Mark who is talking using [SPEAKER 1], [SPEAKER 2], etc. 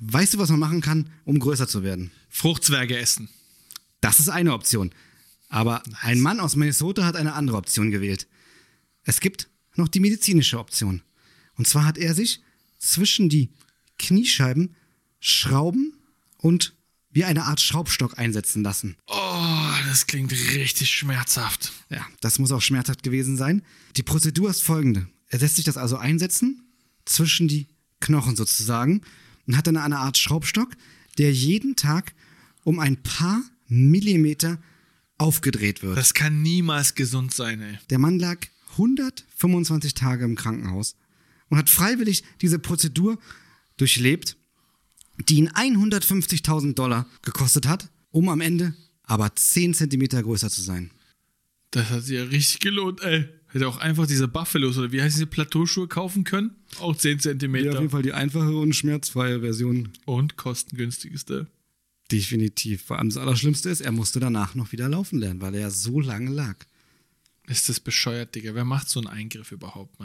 [SPEAKER 1] Weißt du, was man machen kann, um größer zu werden?
[SPEAKER 2] Fruchtzwerge essen.
[SPEAKER 1] Das ist eine Option. Aber ein Mann aus Minnesota hat eine andere Option gewählt. Es gibt noch die medizinische Option. Und zwar hat er sich zwischen die Kniescheiben Schrauben und wie eine Art Schraubstock einsetzen lassen.
[SPEAKER 2] Oh, das klingt richtig schmerzhaft.
[SPEAKER 1] Ja, das muss auch schmerzhaft gewesen sein. Die Prozedur ist folgende. Er lässt sich das also einsetzen, zwischen die Knochen sozusagen, und hat dann eine Art Schraubstock, der jeden Tag um ein paar Millimeter aufgedreht wird.
[SPEAKER 2] Das kann niemals gesund sein, ey.
[SPEAKER 1] Der Mann lag 125 Tage im Krankenhaus und hat freiwillig diese Prozedur durchlebt, die ihn 150.000 Dollar gekostet hat, um am Ende aber 10 Zentimeter größer zu sein.
[SPEAKER 2] Das hat sich ja richtig gelohnt, ey. Hätte auch einfach diese Buffalos oder wie heißt diese Plateauschuhe kaufen können. Auch 10 Zentimeter.
[SPEAKER 1] Fall die einfache und schmerzfreie Version.
[SPEAKER 2] Und kostengünstigste.
[SPEAKER 1] Definitiv. Vor allem das Allerschlimmste ist, er musste danach noch wieder laufen lernen, weil er ja so lange lag.
[SPEAKER 2] Ist das bescheuert, Digga. Wer macht so einen Eingriff überhaupt, Mann?